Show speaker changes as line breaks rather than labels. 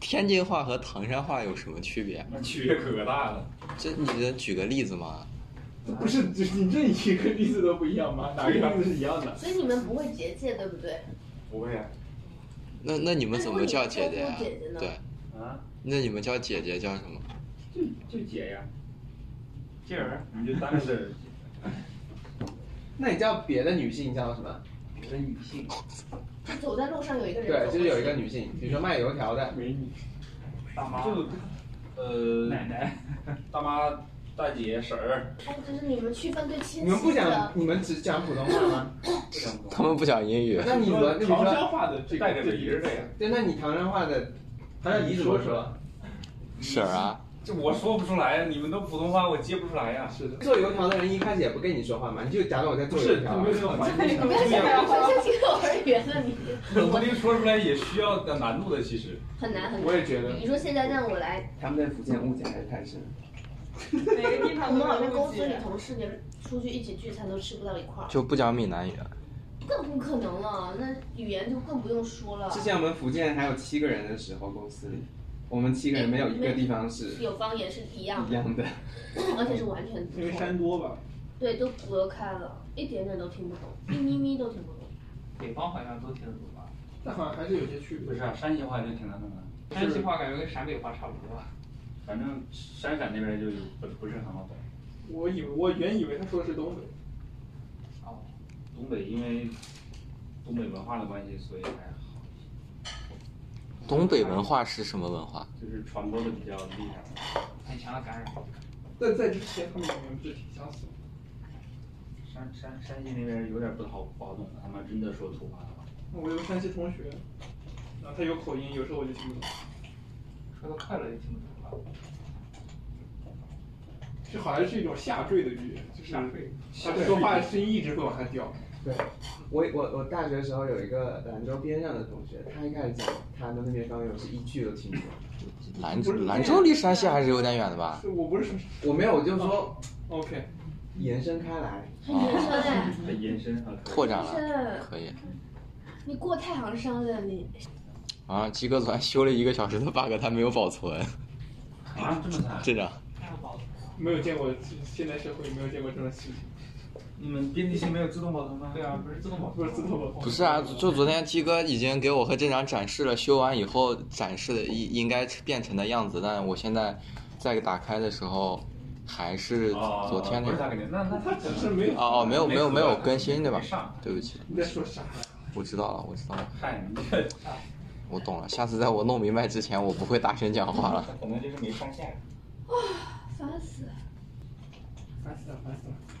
天津话和唐山话有什么区别？
那区别可大了。
这你能举个例子吗？
不是，你这一个例子都不一样吗？哪个例子是一样的？
所以你们不会结界，对不对？
不会啊。
那那你们怎么叫姐姐呀、
那如果你称呼姐姐呢
对，
啊，
那你们叫姐姐叫什么？
就就姐呀，姐儿，你就单个字儿。
那你叫别的女性叫什么？
别的女性，
就走在路上有一个人
对，
走过去
就是有一个女性，比如说卖油条的，
美女，
大妈、
就呃，
奶奶，
大妈、大姐、婶儿，
哎，就是你们区分对亲戚的。
你们不讲，你们只讲普通话 吗？
不想不
他们不讲英语，
那你们，那你
长沙
说，
话的这
带着
个这
鼻儿的呀。
对，那你唐山话的，唐山你怎么说？
婶儿啊，
这我说不出来，你们都普通话，我接不出来呀。
是的，
做油条的人一开始也不跟你说话嘛，你就假装我在
不
做油
是
条
他没有
啊。
那个
你
环境
不要想
下，
让我像幼儿园了，你
我这说出来也需要的难度的，其实。
很难很
我
难。
也觉得，
你说现在让我来，
他们对福建误解还是太深。
每个地
我
方
们
都
好像
有
公
误
司里
解。
同事连出去一起聚餐都吃不到一块儿，
就不讲闽南语。啊
更不可能了。那语言就更不用说了
之，前我们福建还有七个人的时候，公司里，我们七个人没有一个地方是嗯
有方言是一样
一
的，
样的。
而且是完全不
因为
同。
山多吧，
对，都隔开了，一点点都听不懂，一咪咪都听不懂。
北方好像都听得懂吧？
但好像还是有些区
不
别。
是啊，山西话就挺难弄的，
山西话感觉跟陕北话差不多。
反正山陕那边就有不不是很好搞。
我以为我原以为他说的是东北，
哦，
东北因为东北文化的关系，所以还好，
东北文化是什么文化？
就是传播的比较厉害。
很强的感染。
但在之前他们语言不是挺相似吗？
山山山西那边有点不好不好弄，他们真的说土话的话，
我有个山西同学，然后他有口音，有时候我就听不懂。
说的快了也听不懂了，
这好像是一种下坠的语言，就是
下坠。
他说话的声音一直会往下掉。
对，我我我大学的时候有一个兰州边上的同学，他一开始讲他们那边方言，我是一句都听不懂。
兰州，兰州离山西还是有点远的吧？
是我不是说
我没有，我就说
OK，
延伸开来，
很延伸 哎，
它延伸啊，
啊拓展
医
了，
生，
可以。
你过太行山了你。
啊，鸡哥昨天修了一个小时的 bug，他没有保存，
啊，这么惨？
真的。
太好了，
没有见过现代社会没有见过这种事情，
你们编辑器没有自动保存吗？
对啊，不是自动保
不
存
是自动保护。
不是啊，就昨天鸡哥已经给我和镇长展示了修完以后展示的应应该变成的样子，但我现在再打开的时候还是
哦
昨天那
不是
个。
他给你，那那他
他只是没有。
哦哦，没有没有没有
没
更新对吧
没上？
对不起，
你在说啥呀？
我知道了，我知道了，
嗨，你这
我懂了。下次在我弄明白之前，我不会大声讲话了。
可能就是没上线。
烦死了！
烦死了，烦死了！